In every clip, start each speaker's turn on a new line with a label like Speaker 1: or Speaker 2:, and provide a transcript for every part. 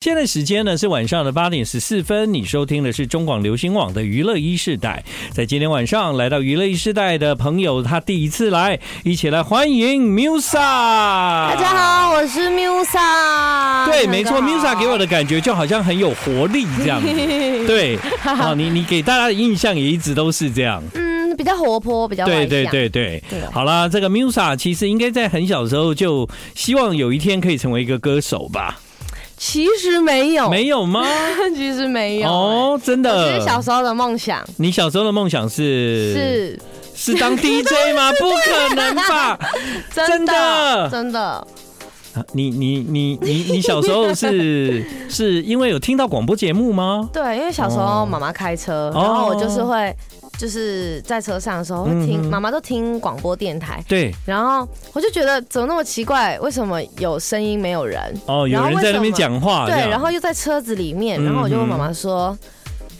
Speaker 1: 现在时间呢是晚上的八点十四分，你收听的是中广流行网的娱乐一世代。在今天晚上来到娱乐一世代的朋友，他第一次来，一起来欢迎 Musa。大
Speaker 2: 大家。好，我是 Musa。
Speaker 1: 对，没错，Musa 给我
Speaker 2: 的
Speaker 1: 的感觉就好像很有活力这样。对，啊，你你给大家的印象也一直都是这 样。
Speaker 2: 嗯，比较活泼，比较
Speaker 1: 对
Speaker 2: 外
Speaker 1: 对
Speaker 2: 向。
Speaker 1: 对对
Speaker 2: 对，啊
Speaker 1: 好啦，这个 Musa 其实应该在很小时候就希望有一天可以成为一个歌手吧？
Speaker 2: 其实没 有，
Speaker 1: 没有吗？
Speaker 2: 其实哦没有。哦，
Speaker 1: 哦，真
Speaker 2: 我只
Speaker 1: 的
Speaker 2: 是。小时候的梦想
Speaker 1: 你小时候的梦想是
Speaker 2: 是
Speaker 1: 是当 DJ 吗？不可能吧！
Speaker 2: 啊
Speaker 1: 真
Speaker 2: 真
Speaker 1: 的
Speaker 2: 的，真的，
Speaker 1: 啊你你你你你小时候是 是因为有听到广播节目吗？
Speaker 2: 对，因为小时
Speaker 1: 哦
Speaker 2: 候妈妈开车，然后我就是会。就是在车上的时候会
Speaker 1: 嗯哼
Speaker 2: 听，妈妈都听广播电台，
Speaker 1: 对
Speaker 2: 然后我就觉得怎么那么奇怪，为什么有声音没有人？
Speaker 1: 哦，有
Speaker 2: 然后
Speaker 1: 人
Speaker 2: 为
Speaker 1: 在
Speaker 2: 什
Speaker 1: 那边
Speaker 2: 么
Speaker 1: 讲话，啊
Speaker 2: 对
Speaker 1: 这，样嗯
Speaker 2: 然后又在车子里面，然后我就问妈妈说。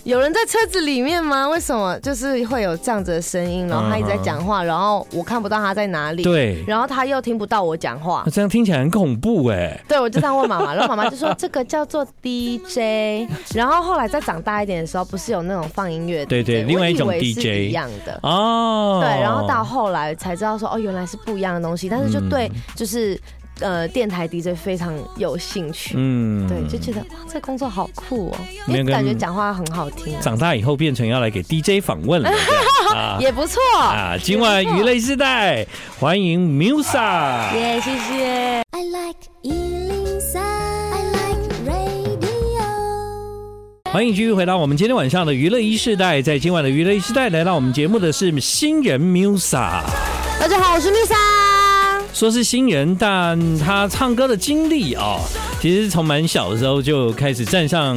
Speaker 2: 有人在车子里面吗？为什么就是会有这样子的声音？然后他一直在讲话，然后我看不到他在哪里，
Speaker 1: 嗯对，
Speaker 2: 然后他又听不到我讲 话
Speaker 1: 那。这样听起来很恐怖哎。
Speaker 2: 对，我就这样问妈妈，然后妈妈就说这个叫做 DJ。然后后来再长大一点的时候，不是有那种放音乐的 DJ，
Speaker 1: 对对另外一种
Speaker 2: 我以为是
Speaker 1: DJ
Speaker 2: 一样的。
Speaker 1: 哦，
Speaker 2: 对，然后到后来才知道说哦，原来是不一样的东西，但是就对，
Speaker 1: 嗯
Speaker 2: 就是呃电台 DJ 非常有兴趣。
Speaker 1: 嗯
Speaker 2: 对，就觉得哇，这工作好酷哦，
Speaker 1: 没
Speaker 2: 因
Speaker 1: 有
Speaker 2: 为
Speaker 1: 跟
Speaker 2: 感觉讲话很好听啊，
Speaker 1: 长大以后变成要来给 DJ 访问了 这样啊
Speaker 2: 也不错
Speaker 1: 啊！今晚娱乐时代，欢迎 Musa。
Speaker 2: 耶，谢谢。
Speaker 3: I like Ealing Sound. I like radio.
Speaker 1: 欢迎继续回到我们今天晚上的娱乐一世代，在今晚的娱乐一世代来到我们节目的是新人 Musa。
Speaker 2: 大家好，我是 Lisa。
Speaker 1: 说是新人，但他唱歌的经历哦，其实从蛮小的时候就开始站上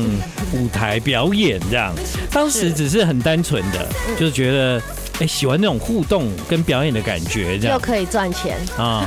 Speaker 1: 舞台表演这样。当时只是很单纯的，就是觉得哎喜欢那种互动跟表演的感觉这
Speaker 2: 又
Speaker 1: 样
Speaker 2: 可以赚钱，
Speaker 1: 啊。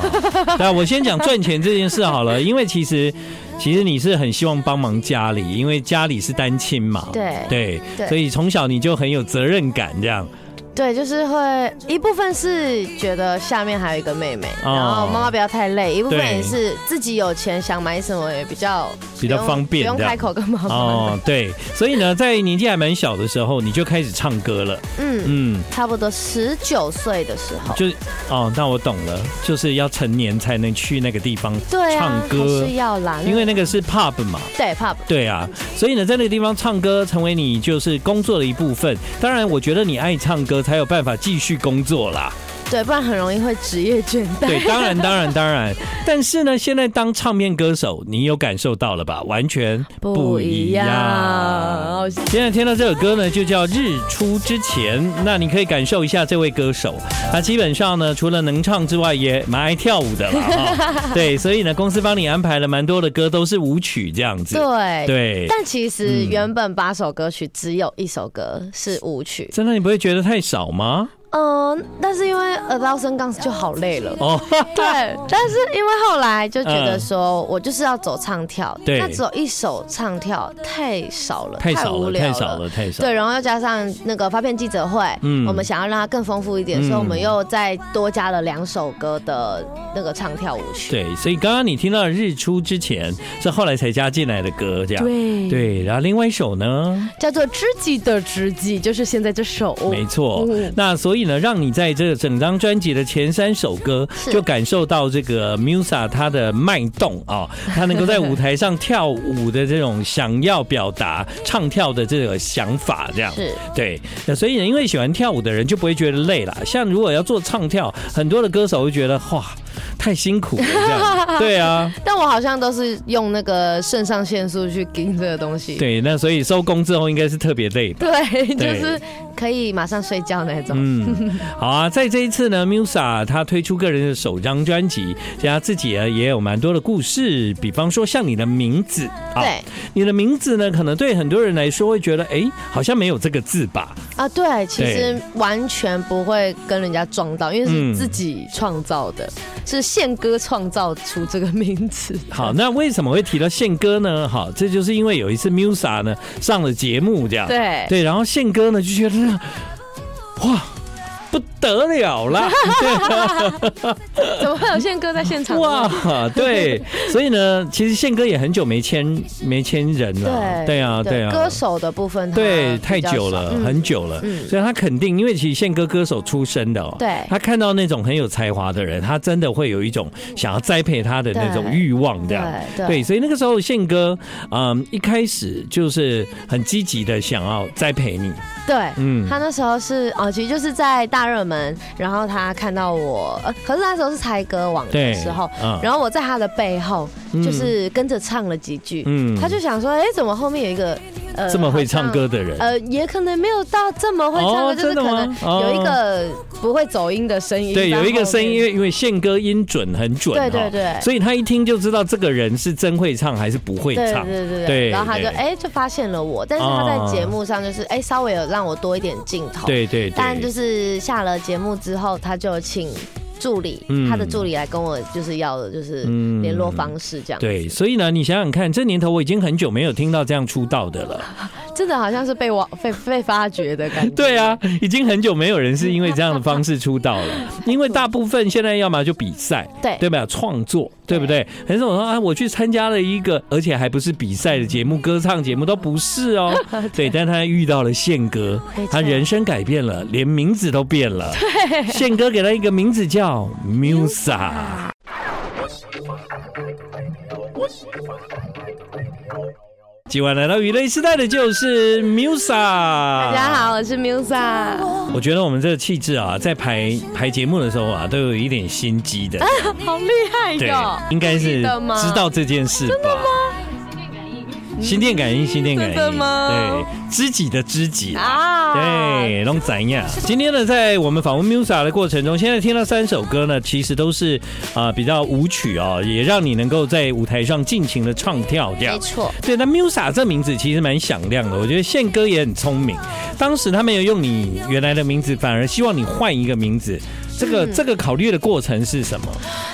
Speaker 1: 那我先讲赚钱这件事好 了，因为其实其实你是很希望帮忙家里，因为家里是单亲嘛，
Speaker 2: 对
Speaker 1: 对，
Speaker 2: 对
Speaker 1: 所以从小你就很有责任感这样。
Speaker 2: 对，就是会一部分是觉得下面还有一个妹妹，
Speaker 1: 哦
Speaker 2: 然后妈妈不要太累，一部分
Speaker 1: 对
Speaker 2: 也是自己有钱想买什么也比较
Speaker 1: 比较
Speaker 2: 不用
Speaker 1: 方便
Speaker 2: 不用
Speaker 1: 这样
Speaker 2: 开口跟妈妈
Speaker 1: 哦。，对，所以呢，在年纪还蛮小的时候，你就开始唱歌了，
Speaker 2: 嗯，
Speaker 1: 嗯。
Speaker 2: 差不多十九岁的时候，
Speaker 1: 就是哦，那我懂了，就是要成年才能去那个地方
Speaker 2: 对啊，
Speaker 1: 唱歌
Speaker 2: 还是，要啦，
Speaker 1: 因为那个是 pub 嘛。
Speaker 2: 对 pub
Speaker 1: 对啊，所以呢，在那个地方唱歌成为你就是工作的一部分。当然，我觉得你爱唱歌才有办法继续工作啦。
Speaker 2: 对，不然很容易会职业倦怠。
Speaker 1: 对，当 然，当然，当然。但是呢，现在当唱片歌手，你有感受到了吧？完全不
Speaker 2: 不
Speaker 1: 一
Speaker 2: 一
Speaker 1: 样
Speaker 2: 样。
Speaker 1: 现在听到这首歌呢，就叫《日出之前》。那你可以感受一下这位歌手，他基本上呢，除了能唱之外，也蛮爱跳舞的 啦。哈对，所以呢，公司帮你安排了蛮多的歌，都是舞曲这样子。
Speaker 2: 对
Speaker 1: 对，
Speaker 2: 但其实
Speaker 1: 嗯
Speaker 2: 原本八首歌曲只有一首歌是舞曲，
Speaker 1: 真的你不会觉得太少吗？
Speaker 2: 嗯、但是因为 A Thousand Guns 就好累了。
Speaker 1: 哦，
Speaker 2: 对，啊但是因为后来就觉得
Speaker 1: 嗯
Speaker 2: 说，我就是要走唱跳，
Speaker 1: 对
Speaker 2: 那只有一首唱跳太少了，
Speaker 1: 太少
Speaker 2: 无
Speaker 1: 了，
Speaker 2: 聊
Speaker 1: 太少了，太少了。
Speaker 2: 对，然后又加上那个发片记者会，
Speaker 1: 嗯
Speaker 2: 我们想要让它更丰富一点，
Speaker 1: 嗯
Speaker 2: 所以我们又再多加了两首歌的那个唱跳舞曲。
Speaker 1: 对，所以刚刚你听到的日出之前是后来才加进来的歌，这样。
Speaker 2: 对，
Speaker 1: 对，然后另外一首呢，
Speaker 2: 叫做《知己的知己》，就是现在这首。
Speaker 1: 没错
Speaker 2: 嗯，
Speaker 1: 那所以呢，让你在这整张专辑的前三首歌，
Speaker 2: 是
Speaker 1: 就感受到这个 Musa 她的脉动 啊，她能够在舞台上跳舞的这种想要表达唱跳的这个想法，这样
Speaker 2: 是。
Speaker 1: 对，那所以呢，因为喜欢跳舞的人就不会觉得累啦。像如果要做唱跳，很多的歌手会觉得哇，太辛苦了这 样。对啊，
Speaker 2: 但我好像都是用那个肾上腺素去盯这个东西。
Speaker 1: 对，那所以收工之后应该是特别累的。
Speaker 2: 对，
Speaker 1: 对
Speaker 2: 就是可以马上睡觉那种。
Speaker 1: 嗯，好啊，在这一次呢，Musa 她推出个人的首张专辑，加自己啊也有蛮多的故事，比方说像你的名字啊，
Speaker 2: 对
Speaker 1: 你的名字呢，可能对很多人来说会觉得，哎、好像没有这个字吧？
Speaker 2: 啊，对，其
Speaker 1: 对
Speaker 2: 实完全不会跟人家撞到，因为
Speaker 1: 嗯
Speaker 2: 是自己创造的，是宪哥创造出这个名 字。
Speaker 1: 好，那为什么会提到宪哥呢？好，这就是因为有一次 Musa 呢上了节目，这样
Speaker 2: 对
Speaker 1: 对，然后宪哥呢就觉得，哇，不得了 啦！
Speaker 2: 怎么会有宪哥在现场？哇，
Speaker 1: 哇，对，所以呢，其实宪哥也很久没签没签人了，
Speaker 2: 对
Speaker 1: 对啊，对啊，
Speaker 2: 歌手的部分他
Speaker 1: 对，
Speaker 2: 比较
Speaker 1: 太久
Speaker 2: 少
Speaker 1: 了，
Speaker 2: 嗯
Speaker 1: 很久了，
Speaker 2: 嗯
Speaker 1: 所以他肯定，因为其实宪哥歌手出身的哦，
Speaker 2: 对
Speaker 1: 他看到那种很有才华的人，他真的会有一种想要栽培他的那种
Speaker 2: 对
Speaker 1: 欲望，这样。
Speaker 2: 对
Speaker 1: 对，所以那个时候宪哥，嗯，一开始就是很积极的想要栽培你，
Speaker 2: 对，
Speaker 1: 嗯
Speaker 2: 他那时候是哦，其实就是在大热门，然后他看到我，呃，可是那时候是猜歌王
Speaker 1: 对
Speaker 2: 的时候，
Speaker 1: 嗯
Speaker 2: 然后我在他的背后
Speaker 1: 嗯
Speaker 2: 就是跟着唱了几句，
Speaker 1: 嗯
Speaker 2: 他就想说，哎，怎么后面有一个呃
Speaker 1: 这么会唱？
Speaker 2: 好像
Speaker 1: 歌的人，
Speaker 2: 呃，也可能没有到这么会唱歌，
Speaker 1: 哦
Speaker 2: 就是
Speaker 1: 真的
Speaker 2: 可
Speaker 1: 吗
Speaker 2: 能有一个不会走音的声音。
Speaker 1: 对，有一个声音，因
Speaker 2: 呃在后面，
Speaker 1: 为因为宪哥音准很准，
Speaker 2: 对对
Speaker 1: 哈
Speaker 2: 对
Speaker 1: 所以他一听就知道这个人是真会唱还是不会
Speaker 2: 对
Speaker 1: 唱，
Speaker 2: 对对
Speaker 1: 对
Speaker 2: 对。然后他就
Speaker 1: 对哦
Speaker 2: 哎就发现了我，但是他在节目上就是哎稍微有让我多一点镜头，
Speaker 1: 对对对，
Speaker 2: 但就是下了节目之后，他就请助理，
Speaker 1: 嗯
Speaker 2: 他的助理来跟我就是要的就是
Speaker 1: 嗯
Speaker 2: 联络方式这样。，
Speaker 1: 对，所以呢，你想想看，这年头我已经很久没有听到这样出道的了。
Speaker 2: 真的好像是被挖被被发掘的感 觉。
Speaker 1: 对啊，已经很久没有人是因为这样的方式出 道了，因为大部分现在要么就比赛，
Speaker 2: 对
Speaker 1: 对吧？创作，对不对？很少说啊，我去参加了一个，而且还不是比赛的节目，歌唱节目都不是 哦。对，但他遇到了宪哥
Speaker 2: 没，错
Speaker 1: 他人生改变了，连名字都变了。宪哥给他一个名字叫 Musa。今晚来到娱乐时代的就是 Musa。大
Speaker 2: 大家好，我是 Musa，
Speaker 1: 我觉得我们这个气质啊，在排排节目的时候啊，都有一点心机
Speaker 2: 哎
Speaker 1: 的，
Speaker 2: 好厉害
Speaker 1: 对
Speaker 2: 哟！，
Speaker 1: 应该是
Speaker 2: 真的吗
Speaker 1: 知道这件事吧？心电感应，心电感应，
Speaker 2: 真的吗
Speaker 1: 对，知己的知己啊。
Speaker 2: 啊，
Speaker 1: 对，弄怎样？今天呢，在我们访问 Musa 的过程中，现在听到三首歌呢，其实都是啊、呃比较舞曲哦，也让你能够在舞台上尽情的唱跳这样
Speaker 2: 没。错，
Speaker 1: 对，那 Musa 这名字其实蛮响亮的，我觉得宪哥也很聪明。当时他没有用你原来的名字，反而希望你换一个名字。这个、
Speaker 2: 嗯
Speaker 1: 这个考虑的过程是什么？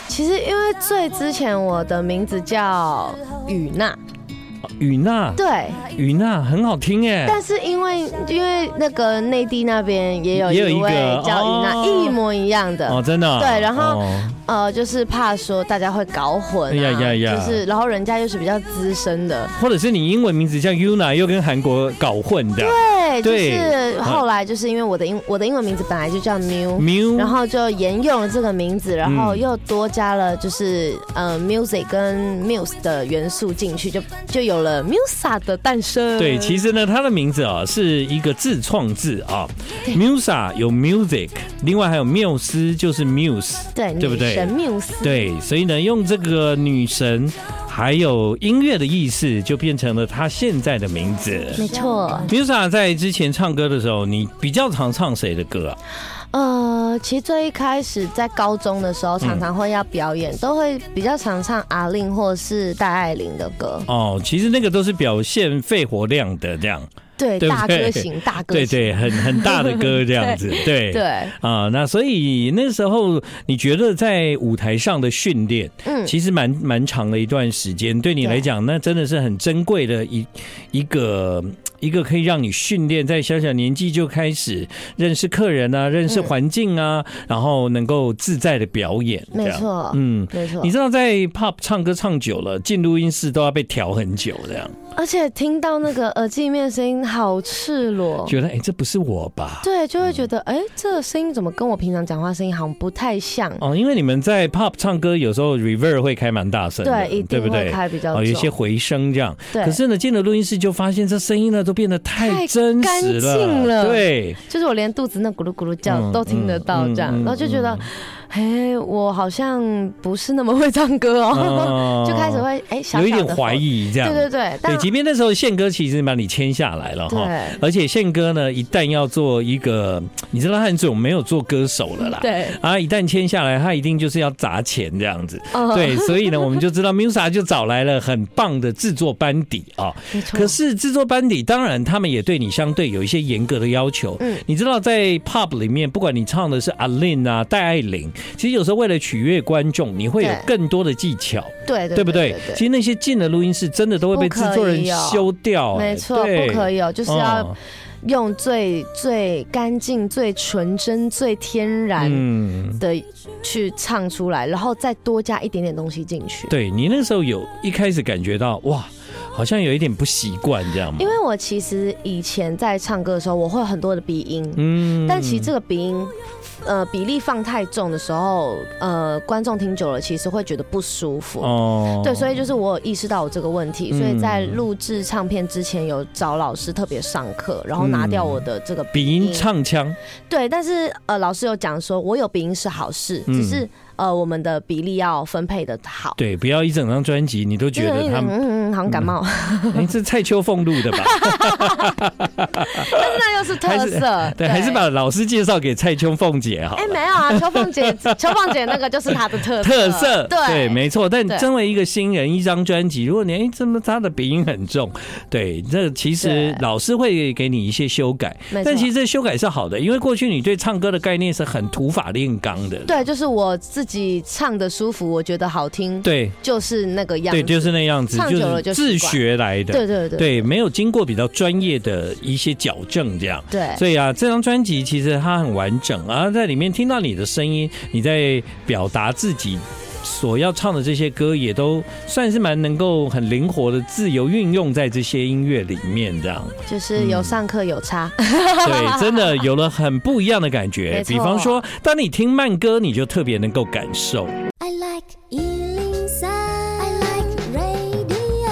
Speaker 2: 其实因为最之前我的名字叫雨娜，
Speaker 1: 雨娜，
Speaker 2: 对，
Speaker 1: 雨娜很好听哎。
Speaker 2: 但是因为因为那个内地那边也有
Speaker 1: 也有
Speaker 2: 一
Speaker 1: 一个
Speaker 2: 位叫雨娜，
Speaker 1: 哦
Speaker 2: 一模一样的
Speaker 1: 哦，真的啊、
Speaker 2: 对然后
Speaker 1: 哦
Speaker 2: 呃，就是怕说大家会搞混、啊，
Speaker 1: 呀呀呀
Speaker 2: 就是然后人家又是比较资深的，
Speaker 1: 或者是你英文名字叫 Yuna，又跟韩国搞混的。
Speaker 2: 对，哎就
Speaker 1: 对
Speaker 2: 是后来就是因为我的英我的英文名字本来就叫 Miu。
Speaker 1: Miu，
Speaker 2: 然后就沿用了这个名字，然后
Speaker 1: 嗯
Speaker 2: 又多加了就是呃 music 跟 muse 的元素进去，就就有了 Musa 的诞生。
Speaker 1: 对，其实呢，它的名字啊是一个自创字啊，Musa 有 music，另外还有缪斯就是 muse，
Speaker 2: 对
Speaker 1: 对不对
Speaker 2: 女神 Muse
Speaker 1: 对，所以呢，用这个女神还有音乐的意思，就变成了她现在的名字。
Speaker 2: 没错。
Speaker 1: Musa 在之前唱歌的时候，你比较常唱谁的歌啊？
Speaker 2: 呃，其实最一开始在高中的时
Speaker 1: 嗯
Speaker 2: 候，常常会要表演，都会比较常唱阿令或是戴爱玲的歌。
Speaker 1: 哦，其实那个都是表现肺活量的这样，
Speaker 2: 对，
Speaker 1: 对不
Speaker 2: 大
Speaker 1: 对
Speaker 2: 哥型，大哥
Speaker 1: 对
Speaker 2: 型，
Speaker 1: 对，很很大的歌这样子，对
Speaker 2: 对
Speaker 1: 啊、那所以那时候你觉得在舞台上的训练，
Speaker 2: 嗯
Speaker 1: 其实蛮蛮长的一段时间，对你来讲，那真的是很珍贵的一一个一个可以让你训练，在小小年纪就开始认识客人
Speaker 2: 嗯
Speaker 1: 啊，认识环境啊，然后能够自在的表演，这
Speaker 2: 没
Speaker 1: 样，
Speaker 2: 错，
Speaker 1: 嗯。
Speaker 2: 没错
Speaker 1: 你。知道在 pop 唱歌唱久了，进录音室都要被调很久，这样
Speaker 2: 而且听到那个耳机里面的声音好赤裸，
Speaker 1: 觉得哎、这不是我吧？
Speaker 2: 对，就
Speaker 1: 嗯
Speaker 2: 会觉得哎、这个声音怎么跟我平常讲话声音好像不太像？
Speaker 1: 哦，因为你们在 pop 唱歌有时候 reverb 会开蛮大声的，
Speaker 2: 对，一
Speaker 1: 对
Speaker 2: 定
Speaker 1: 不
Speaker 2: 会
Speaker 1: 对？
Speaker 2: 开比较
Speaker 1: 哦，
Speaker 2: 重。
Speaker 1: 有一些回声这样。
Speaker 2: 对
Speaker 1: 可，是呢，进了录音室就发现这声音呢都变得太真
Speaker 2: 太
Speaker 1: 实
Speaker 2: 干净了
Speaker 1: 对，
Speaker 2: 就是我连肚子那咕噜咕噜叫
Speaker 1: 嗯
Speaker 2: 都听得到
Speaker 1: 嗯
Speaker 2: 这样，
Speaker 1: 嗯嗯嗯
Speaker 2: 然后就觉得，哎，我好像不是那么会唱歌哦，
Speaker 1: 哦
Speaker 2: 就开始会哎小小
Speaker 1: 有
Speaker 2: 的
Speaker 1: 一点怀疑这样。
Speaker 2: 对对对，但
Speaker 1: 对，即便那时候宪哥其实把你签下来了哈
Speaker 2: 对，
Speaker 1: 而且宪哥呢，一旦要做一个，你知道他很久没有做歌手了啦，
Speaker 2: 对
Speaker 1: 啊，一旦签下来，他一定就是要砸钱这样子，
Speaker 2: 嗯
Speaker 1: 对，所以呢，我们就知道 Musa 就找来了很棒的制作班底啊，
Speaker 2: 没错
Speaker 1: 可是制作班底当然他们也对你相对有一些严格的要求。
Speaker 2: 嗯
Speaker 1: 你知道在 pub 里面，不管你唱的是阿令啊、戴爱玲，其实有时候为了取悦观众，你会有
Speaker 2: 对
Speaker 1: 更多的技巧。
Speaker 2: 对
Speaker 1: 对不对？其实那些进了录音室，真的都会被制作人
Speaker 2: 不可以哦
Speaker 1: 修掉、哎
Speaker 2: 没错，不可。以哦，就是
Speaker 1: 对
Speaker 2: 要
Speaker 1: 嗯
Speaker 2: 用最最干净、最纯真、最天然
Speaker 1: 嗯，
Speaker 2: 的去唱出来，然后再多加一点点东西进去。
Speaker 1: 对你那时候有一开始感觉到哇，好像有一点不习惯这样吗
Speaker 2: 因？为我其实以前在唱歌的时候，我会有很多的鼻音，
Speaker 1: 嗯
Speaker 2: 但其实这个鼻音，呃，比例放太重的时候，呃，观众听久了其实会觉得不舒服。
Speaker 1: 哦
Speaker 2: 对，所以就是我有意识到我这个问题，
Speaker 1: 嗯
Speaker 2: 所以在录制唱片之前有找老师特别上课，然后拿掉
Speaker 1: 嗯
Speaker 2: 我的这个
Speaker 1: 鼻音唱腔，
Speaker 2: 对，但是呃，老师有讲说我有鼻音是好事，
Speaker 1: 嗯
Speaker 2: 只是呃我们的比例要分配的好。
Speaker 1: 对，不要一整张专辑你都觉
Speaker 2: 就是
Speaker 1: 得
Speaker 2: 一
Speaker 1: 他
Speaker 2: 点
Speaker 1: 们
Speaker 2: 嗯嗯，好像感 冒，
Speaker 1: 哎是蔡秋凤录 的吧？
Speaker 2: 那又是特
Speaker 1: 还是
Speaker 2: 色。
Speaker 1: 对，还是把老师介绍给蔡秋凤姐好
Speaker 2: 哎、。没有啊，秋凤姐， 秋凤姐那个就是她的 特
Speaker 1: 特色
Speaker 2: 对
Speaker 1: 没错。但
Speaker 2: 对
Speaker 1: 身为一个新人，一张专辑，如果你哎，怎么他的鼻音很重？对，这其实
Speaker 2: 对
Speaker 1: 老师会给你一些修改，
Speaker 2: 没错
Speaker 1: 但其实这修改是好的，因为过去你对唱歌的概念是很土法炼钢的。
Speaker 2: 对，就是我自己唱的舒服，我觉得好听，
Speaker 1: 对
Speaker 2: 就是那个样子。
Speaker 1: 对，就是那样子，
Speaker 2: 唱久了
Speaker 1: 是
Speaker 2: 就
Speaker 1: 自
Speaker 2: 习惯
Speaker 1: 学来的。
Speaker 2: 对对对
Speaker 1: 对，没有经过比较专业的一些矫正，这样。
Speaker 2: 对
Speaker 1: 所以啊，这张专辑其实它很完整啊，在里面听到你的声音，你在表达自己所要唱的这些歌，也都算是蛮能够很灵活的自由运用在这些音乐里面，这 样。
Speaker 2: 就是有上课有差，
Speaker 1: 对，真的有了很不一样的感觉
Speaker 2: 没。错
Speaker 1: 比方说，当你听慢歌，你就特别能够感受。
Speaker 3: I like Ealing Sound. I like radio.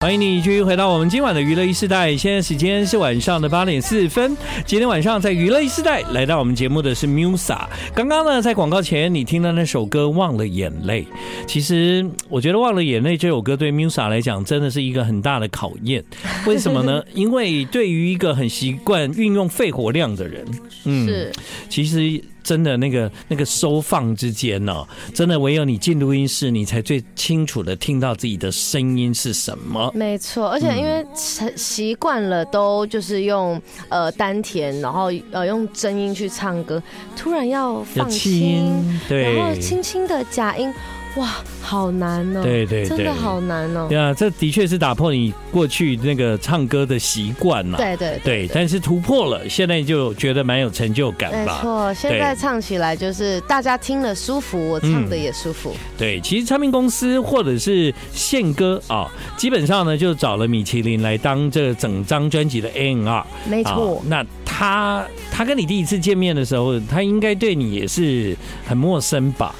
Speaker 1: 欢迎你继续回到我们今晚的娱乐一世代，现在时间是晚上的八点四十分。今天晚上在娱乐一世代来到我们节目的是 Musa。刚刚呢，在广告前你听到那首歌《忘了眼泪》，其实嗯我觉得《忘了眼泪》这首歌对 Musa 来讲真的是一个很大的考验。为什么呢？因为对于一个很习惯运用肺活量的人，嗯
Speaker 2: 是
Speaker 1: 其实真的那个那个收放之间呢、真的唯有你进录音室，你才最清楚的听到自己的声音是什么。
Speaker 2: 没错。而且
Speaker 1: 嗯
Speaker 2: 因为习习惯了，都就是用呃丹田，然后呃用真音去唱歌，突然要
Speaker 1: 有
Speaker 2: 放
Speaker 1: 气
Speaker 2: 轻，
Speaker 1: 音，对，
Speaker 2: 然后轻轻的假音，哇，好难哦、
Speaker 1: 对对
Speaker 2: 真
Speaker 1: 对
Speaker 2: 的好难哦、
Speaker 1: 对啊，这的确是打破你过去那个唱歌的习惯啦。
Speaker 2: 对对
Speaker 1: 对，但是突破了，现在就觉得蛮有成就感
Speaker 2: 没
Speaker 1: 吧。
Speaker 2: 错，现在唱起来就是大家听了舒服，我唱的
Speaker 1: 嗯
Speaker 2: 也舒服。
Speaker 1: 对，其实唱片公司或者是宪歌啊、基本上呢就找了米其林来当这整张专辑的 A N R。
Speaker 2: 没
Speaker 1: 啊，那他他跟你第一次见面的时候，他应该对你也是很陌生吧？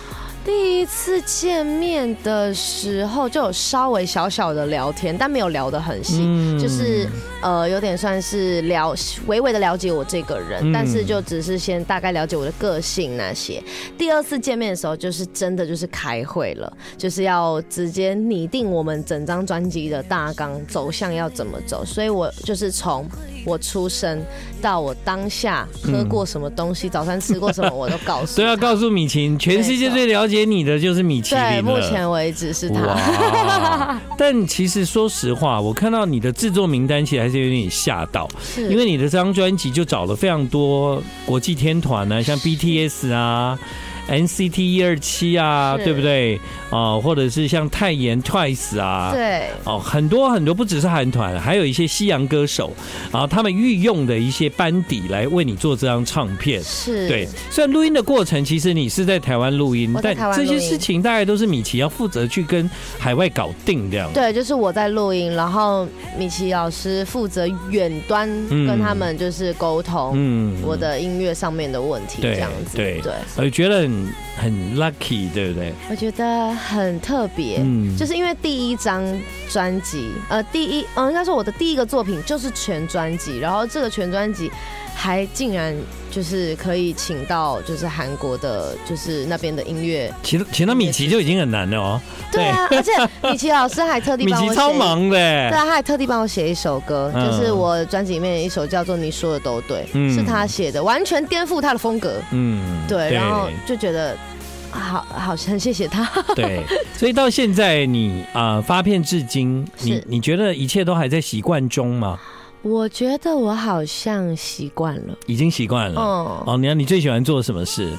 Speaker 2: 第一次见面的时候就有稍微小小的聊天，但没有聊得很细，
Speaker 1: 嗯
Speaker 2: 就是呃有点算是了微微的了解我这个人，
Speaker 1: 嗯
Speaker 2: 但是就只是先大概了解我的个性那些。第二次见面的时候，就是真的就是开会了，就是要直接拟定我们整张专辑的大纲走向要怎么走，所以我就是从我出生到我当下喝过什么东西，早餐吃过什么，我都告诉
Speaker 1: 都要啊告诉米其林，全世界最了解你的就是米其林了。
Speaker 2: 啊对，目前为止是他。
Speaker 1: 哇！ 但其实说实话，我看到你的制作名单，其实还是有点吓到，
Speaker 2: 是
Speaker 1: 因为你的这张专辑就找了非常多国际天团啊，像
Speaker 2: 是
Speaker 1: BTS 啊。NCT 一二七啊，
Speaker 2: 是
Speaker 1: 对不对？啊、或者是像泰妍 Twice 啊，
Speaker 2: 对
Speaker 1: 哦，很多很多，不只是韩团，还有一些西洋歌手，然后他们御用的一些班底来为你做这张唱片。
Speaker 2: 是，
Speaker 1: 对，虽然录音的过程，其实你是在台湾录音
Speaker 2: 我，在
Speaker 1: 但
Speaker 2: 台湾
Speaker 1: 这些
Speaker 2: 录音
Speaker 1: 事情大概都是米奇要负责去跟海外搞定这样。
Speaker 2: 对，就是我在录音，然后米奇老师负责远端
Speaker 1: 嗯
Speaker 2: 跟他们就是沟通
Speaker 1: 嗯
Speaker 2: 我的音乐上面的问题，
Speaker 1: 对
Speaker 2: 这样子。
Speaker 1: 对
Speaker 2: 对，
Speaker 1: 我觉得很很 lucky，对不对？
Speaker 2: 我觉得很特别，
Speaker 1: 嗯
Speaker 2: 就是因为第一张专辑，呃，第一，嗯、应该说我的第一个作品就是全专辑，然后这个全专辑还竟然就是可以请到就是韩国的，就是那边的音乐，
Speaker 1: 请请到米奇就已经很难了哦。
Speaker 2: 对啊，而且米奇老师还特地
Speaker 1: 米
Speaker 2: 帮
Speaker 1: 奇
Speaker 2: 我
Speaker 1: 超
Speaker 2: 写一
Speaker 1: 忙的。
Speaker 2: 对啊，他还特地帮我写一首歌，
Speaker 1: 嗯
Speaker 2: 就是我专辑里面的一首叫做《你说的都对》，
Speaker 1: 嗯
Speaker 2: 是他写的，完全颠覆他的风格。
Speaker 1: 嗯，
Speaker 2: 对，然后就觉得啊好好很谢谢他。
Speaker 1: 对，所以到现在你啊、呃发片至今，你
Speaker 2: 是
Speaker 1: 你觉得一切都还在习惯中吗？
Speaker 2: 我觉得我好像习惯了。
Speaker 1: 已经习惯了。
Speaker 2: 嗯，
Speaker 1: 哦，你你最喜欢做什么事？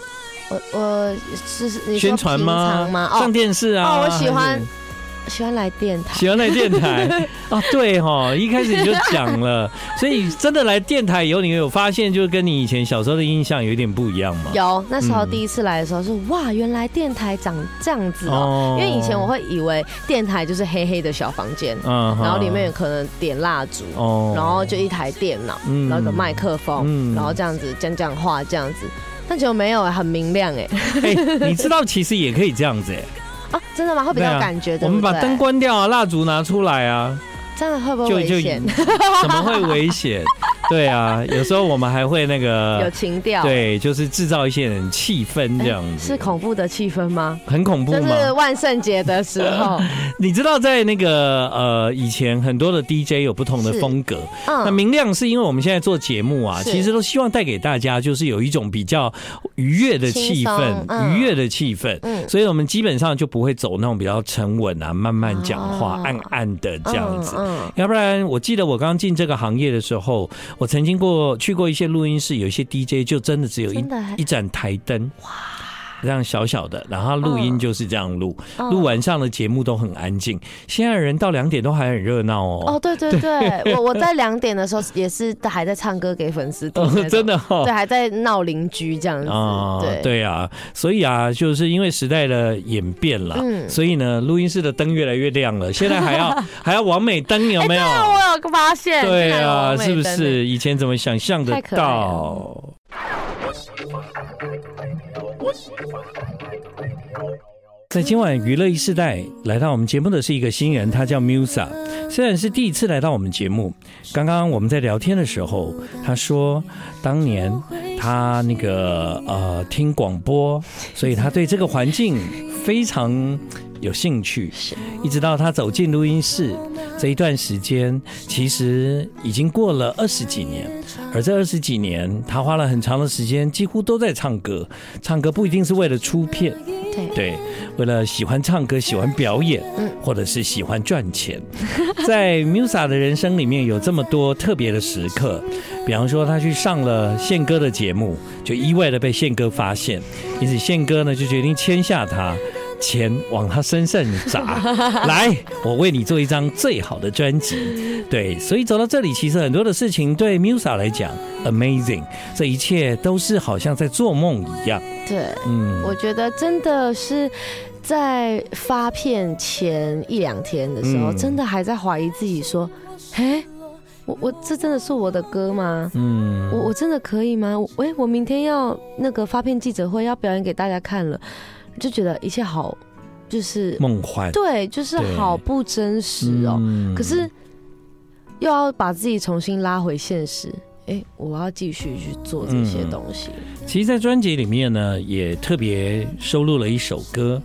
Speaker 2: 我我是是你说
Speaker 1: 宣传
Speaker 2: 平
Speaker 1: 吗？
Speaker 2: 常吗？
Speaker 1: 上
Speaker 2: 哦，
Speaker 1: 电视啊？
Speaker 2: 哦我喜欢
Speaker 1: 还是
Speaker 2: 喜欢来电台，
Speaker 1: 喜欢来电 台啊？对哈，一开始你就讲了，所以真的来电台以后，你有发现就跟你以前小时候的印象有一点不一样吗？
Speaker 2: 有那时候
Speaker 1: 嗯
Speaker 2: 第一次来的时候是、哇，原来电台长这样子哦、
Speaker 1: 哦
Speaker 2: 因为以前我会以为电台就是黑黑的小房间，
Speaker 1: 嗯
Speaker 2: 然后里面有可能点蜡烛，
Speaker 1: 哦
Speaker 2: 然后就一台电脑，
Speaker 1: 嗯
Speaker 2: 然后一个麦克风，
Speaker 1: 嗯
Speaker 2: 然后这样子讲讲话这样子。但结果没有、很明亮哎、
Speaker 1: 哎、你知道其实也可以这样子哎、
Speaker 2: 啊，真的吗？会比较
Speaker 1: 对
Speaker 2: 有
Speaker 1: 啊
Speaker 2: 感觉的、
Speaker 1: 我们把
Speaker 2: 对不对
Speaker 1: 灯关掉啊，蜡烛拿出来啊，
Speaker 2: 这样会不会
Speaker 1: 就就
Speaker 2: 危险？
Speaker 1: 怎么会危 险？对啊，有时候我们还会那
Speaker 2: 有
Speaker 1: 个，
Speaker 2: 情调，，
Speaker 1: 呃
Speaker 2: 哎
Speaker 1: 对，就是制造一些很气氛这样子，
Speaker 2: 是恐怖的气氛吗？
Speaker 1: 很恐怖
Speaker 2: 就
Speaker 1: 吗？
Speaker 2: 是万圣节的时候，
Speaker 1: 你知道在那个呃以前很多的 DJ 有不同的
Speaker 2: 是
Speaker 1: 风格，那
Speaker 2: 嗯，
Speaker 1: 明亮是因为我们现在做节目啊，
Speaker 2: 是
Speaker 1: 其实都希望带给大家就是有一种比较愉悦的气
Speaker 2: 轻松
Speaker 1: 氛，
Speaker 2: 嗯
Speaker 1: 愉悦的气氛。
Speaker 2: 嗯
Speaker 1: 所以我们基本上就不会走那种比较沉稳啊，慢慢讲话，
Speaker 2: 哦
Speaker 1: 暗暗的 这样子。
Speaker 2: 嗯
Speaker 1: 要不然，我记得我刚进这个行业的时候，我曾经过去过一些录音室，有一些 DJ 就真的只有一
Speaker 2: 真的还
Speaker 1: 一盏台灯，哇，这样小小的，然后录音就是这样录，
Speaker 2: 嗯
Speaker 1: 录、完上的节目都很安静。现在人到两点都还很热闹
Speaker 2: 哦，
Speaker 1: 哦，
Speaker 2: 对对对，我我在两点的时候也是还在唱歌给粉丝 听那种，
Speaker 1: 真的哦
Speaker 2: 对，。还在闹邻居这样子，
Speaker 1: 啊、
Speaker 2: 对
Speaker 1: 对啊，所以啊，就是因为时代的演变了，
Speaker 2: 嗯
Speaker 1: 所以呢，录音室的灯越来越亮了。现在还 要还要完美灯，有没有？
Speaker 2: 啊我有发现，
Speaker 1: 对啊，
Speaker 2: 真的有
Speaker 1: 是不
Speaker 2: 美灯欸？
Speaker 1: 是以前怎么想象得
Speaker 2: 太可爱
Speaker 1: 到？在今晚娱乐一世代来到我们节目的是一个新人，他叫 Musa，虽然是第一次来到我们节目，刚刚我们在聊天的时候，他说当年他那个呃听广播，所以他对这个环境非常有兴趣，一直到他走进录音室这一段时间，其实已经过了二十几年，而这二十几年，他花了很长的时间，几乎都在唱歌。唱歌不一定是为了出片，
Speaker 2: 对
Speaker 1: 对，为了喜欢唱歌、喜欢表演，
Speaker 2: 嗯
Speaker 1: 或者是喜欢赚钱。在 Musa 的人生里面，有这么多特别的时刻，比方说他去上了宪哥的节目，就意外的被宪哥发现，因此宪哥呢就决定签下他。钱往他身上 砸，来，我为你做一张最好的专辑。对，所以走到这里，其实很多的事情对 Musa 来讲 amazing，这一切都是好像在做梦一样。
Speaker 2: 对，
Speaker 1: 嗯，
Speaker 2: 我觉得真的是。在发片前一两天的时候，
Speaker 1: 嗯
Speaker 2: 真的还在怀疑自己，说：“哎，我我这真的是我的歌吗？
Speaker 1: 嗯，
Speaker 2: 我我真的可以吗？我哎、我明天要那个发片记者会要表演给大家看了，就觉得一切好，就是
Speaker 1: 梦幻
Speaker 2: 对，就是
Speaker 1: 对
Speaker 2: 好不真实哦。
Speaker 1: 嗯
Speaker 2: 可是又要把自己重新拉回现实。哎、我要继续去做这些
Speaker 1: 嗯
Speaker 2: 东西。
Speaker 1: 其实，在专辑里面呢，也特别收录了一首歌，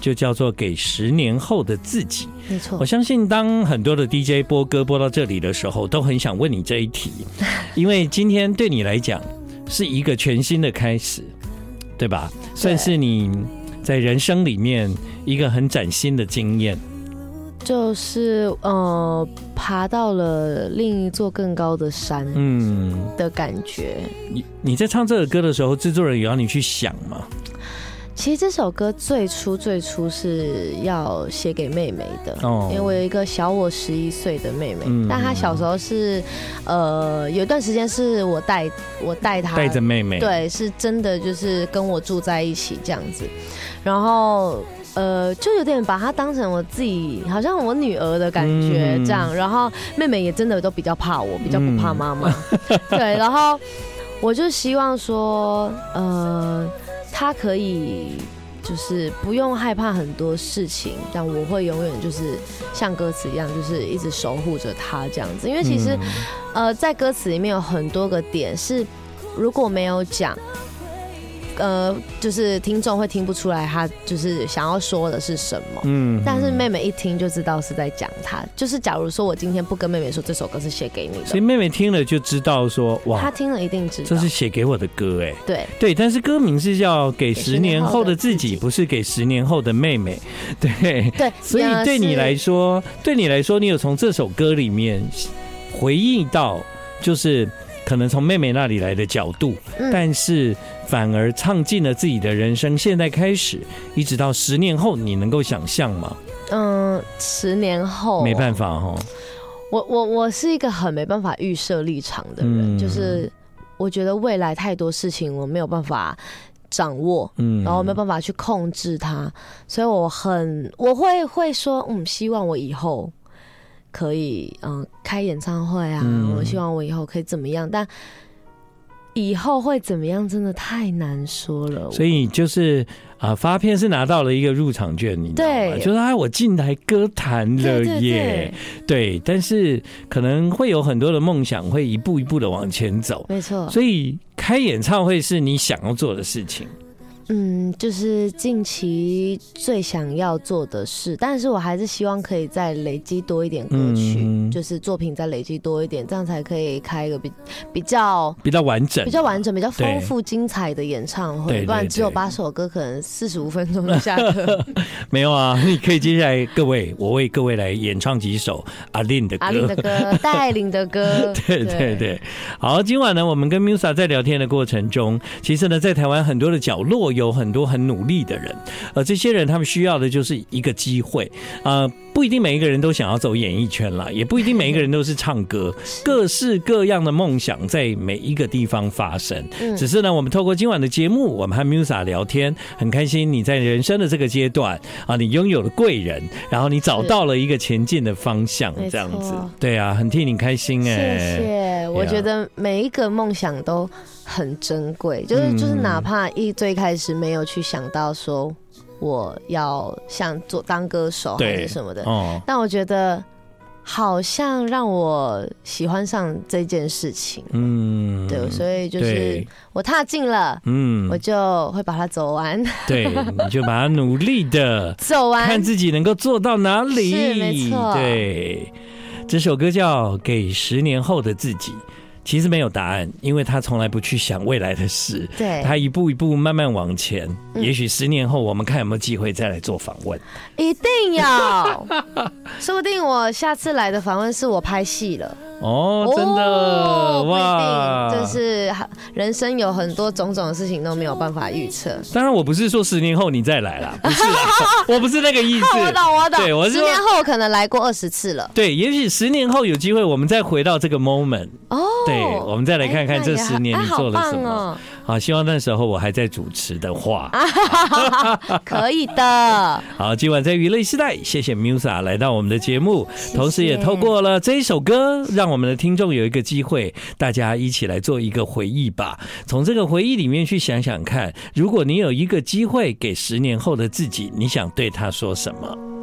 Speaker 1: 就叫做《给十年后的自己》。
Speaker 2: 没错
Speaker 1: 我，相信当很多的 DJ 播歌播到这里的时候，都很想问你这一 题，因为今天对你来讲是一个全新的开始，对吧？算是你在人生里面一个很崭新的经验。
Speaker 2: 就是呃，爬到了另一座更高的山
Speaker 1: 嗯，
Speaker 2: 的感觉。
Speaker 1: 你你在唱这个歌的时候，制作人有让你去想吗？
Speaker 2: 其实这首歌最初最初是要写给妹妹的，
Speaker 1: 哦
Speaker 2: 因为我有一个小我十一岁的妹妹，
Speaker 1: 嗯
Speaker 2: 但她小时候是，呃，有一段时间是我带我带她，
Speaker 1: 带着妹妹，，
Speaker 2: 对，是真的就是跟我住在一起这样子，然后呃，就有点把她当成我自己，好像我女儿的感觉
Speaker 1: 嗯
Speaker 2: 这样，然后妹妹也真的都比较怕我，比较不怕妈妈，
Speaker 1: 嗯
Speaker 2: 对，然后我就希望说，呃，她可以。就是不用害怕很多事情，但我会永远就是像歌词一样，就是一直守护着她这样子。因为其实呃，在歌词里面有很多个点是如果没有讲，呃，就是听众会听不出来他就是想要说的是什么。
Speaker 1: 嗯
Speaker 2: 但是妹妹一听就知道是在讲他，就是假如说我今天不跟妹妹说这首歌是写给你
Speaker 1: 所以
Speaker 2: 的，
Speaker 1: 妹妹听了就知道说，
Speaker 2: 她
Speaker 1: 哇，
Speaker 2: 听了一定知
Speaker 1: 这
Speaker 2: 道
Speaker 1: 是。写给我的歌哎。
Speaker 2: 对，
Speaker 1: 对，但是歌名是叫《给
Speaker 2: 给
Speaker 1: 十
Speaker 2: 十年
Speaker 1: 年
Speaker 2: 后
Speaker 1: 后
Speaker 2: 的
Speaker 1: 的自
Speaker 2: 自
Speaker 1: 己
Speaker 2: 己》，
Speaker 1: 不是给十年后的妹妹。 对，
Speaker 2: 对，
Speaker 1: 所以
Speaker 2: 呃
Speaker 1: 对你
Speaker 2: 是
Speaker 1: 来说，对你来说，你有从这首歌里面回忆到，就是可能从妹妹那里来的角度，
Speaker 2: 嗯
Speaker 1: 但是反而唱进了自己的人生，现在开始一直到十年后，你能够想象吗？
Speaker 2: 嗯，十年后
Speaker 1: 没办法哈，
Speaker 2: 我我我是一个很没办法预设立场的
Speaker 1: 嗯
Speaker 2: 人，就是我觉得未来太多事情我没有办法掌握，
Speaker 1: 嗯，
Speaker 2: 然后哦没有办法去控制它，所以我很我会会说，嗯，希望我以后可以嗯开演唱会啊，
Speaker 1: 嗯
Speaker 2: 我希望我以后可以怎么样，但以后会怎么样真的太难说了。
Speaker 1: 所以就是啊、发片是拿到了一个入场券，你知道吗？
Speaker 2: 对
Speaker 1: 就是哎，我进来歌坛了
Speaker 2: 对对
Speaker 1: 耶
Speaker 2: 对，，
Speaker 1: 对，但是可能会有很多的梦想，会一步一步的往前走。
Speaker 2: 没错。
Speaker 1: 所以开演唱会是你想要做的事情，
Speaker 2: 嗯，就是近期最想要做的事，但是我还是希望可以再累积多一点歌曲，
Speaker 1: 嗯
Speaker 2: 就是作品再累积多一点，这样才可以开一个比比较
Speaker 1: 比较完整，
Speaker 2: 比较完整、比较
Speaker 1: 对
Speaker 2: 丰富、精彩的演唱
Speaker 1: 对
Speaker 2: 会。
Speaker 1: 对
Speaker 2: 不然只有
Speaker 1: 对
Speaker 2: 八首歌，可能四十五分钟就下 课。
Speaker 1: 没有啊？你可以接下来各位，我为各位来演唱几首阿令的歌。
Speaker 2: 阿玲的歌， 戴琳的歌，
Speaker 1: 对对对，好，今晚呢，我们跟 Musa 在聊天的过程中，其实呢，在台湾很多的角落有很多很努力的人，呃，这些人他们需要的就是一个机会，呃，不一定每一个人都想要走演艺圈啦，也不一定每一个人都是唱歌，各式各样的梦想在每一个地方发生。
Speaker 2: 嗯
Speaker 1: 只是呢，我们透过今晚的节目，我们和 Musa 聊天，很开心你在人生的这个阶段啊，你拥有了贵人，然后你找
Speaker 2: 是
Speaker 1: 到了一个前进的方向，
Speaker 2: 没
Speaker 1: 这样子
Speaker 2: 错，
Speaker 1: 对啊，很替你开心哎、
Speaker 2: 谢谢，我
Speaker 1: Yeah
Speaker 2: 觉得每一个梦想都很珍贵，就是、
Speaker 1: 嗯
Speaker 2: 就是哪怕一最开始没有去想到说我要像做当歌手还
Speaker 1: 对
Speaker 2: 是什么的，
Speaker 1: 哦，
Speaker 2: 但我觉得好像让我喜欢上这件事情，
Speaker 1: 嗯，
Speaker 2: 对，所以就是
Speaker 1: 对，
Speaker 2: 我踏进了，
Speaker 1: 嗯
Speaker 2: 我，就会把它走完，
Speaker 1: 对， 你就把它努力的
Speaker 2: 走
Speaker 1: 看
Speaker 2: 完。
Speaker 1: 自己能够做到哪里，
Speaker 2: 是没错
Speaker 1: 对，这首歌叫《给十年后的自己》，其实没有答案，因为他从来不去想未来的事。
Speaker 2: 对，
Speaker 1: 他一步一步慢慢往前，
Speaker 2: 嗯
Speaker 1: 也许十年后我们看有没有机会再来做访问。
Speaker 2: 一 定要，说不定我下次来的访问是我拍戏了。
Speaker 1: 哦，真的、
Speaker 2: 哦不一
Speaker 1: 哇！
Speaker 2: 定就是人生有很多种种的事情都没有办法预测。
Speaker 1: 当然我不是说十年后你再来啦，不是 啦，我不是那个意思。
Speaker 2: 哦，我懂，我懂。
Speaker 1: 对我是
Speaker 2: 十
Speaker 1: 说
Speaker 2: 年后我可能来过二十次了。
Speaker 1: 对，也许十年后有机会，我们再回到这个 moment，、
Speaker 2: 哦，
Speaker 1: 对，我们再来看看
Speaker 2: 哎
Speaker 1: 这十年
Speaker 2: 那
Speaker 1: 你
Speaker 2: 也好
Speaker 1: 做了什
Speaker 2: 哎
Speaker 1: 么。
Speaker 2: 好
Speaker 1: 好，希望那时候我还在主持的话。
Speaker 2: 啊棒哦，可以 的。
Speaker 1: 好，今晚在娱乐时代，谢谢 Musa 来到我们的节目，
Speaker 2: 谢
Speaker 1: 同时也透过了这一首歌，让我们的听众有一个机会，大家一起来做一个回忆吧。从这个回忆里面去想想看，如果你有一个机会给十年后的自己，你想对他说什么？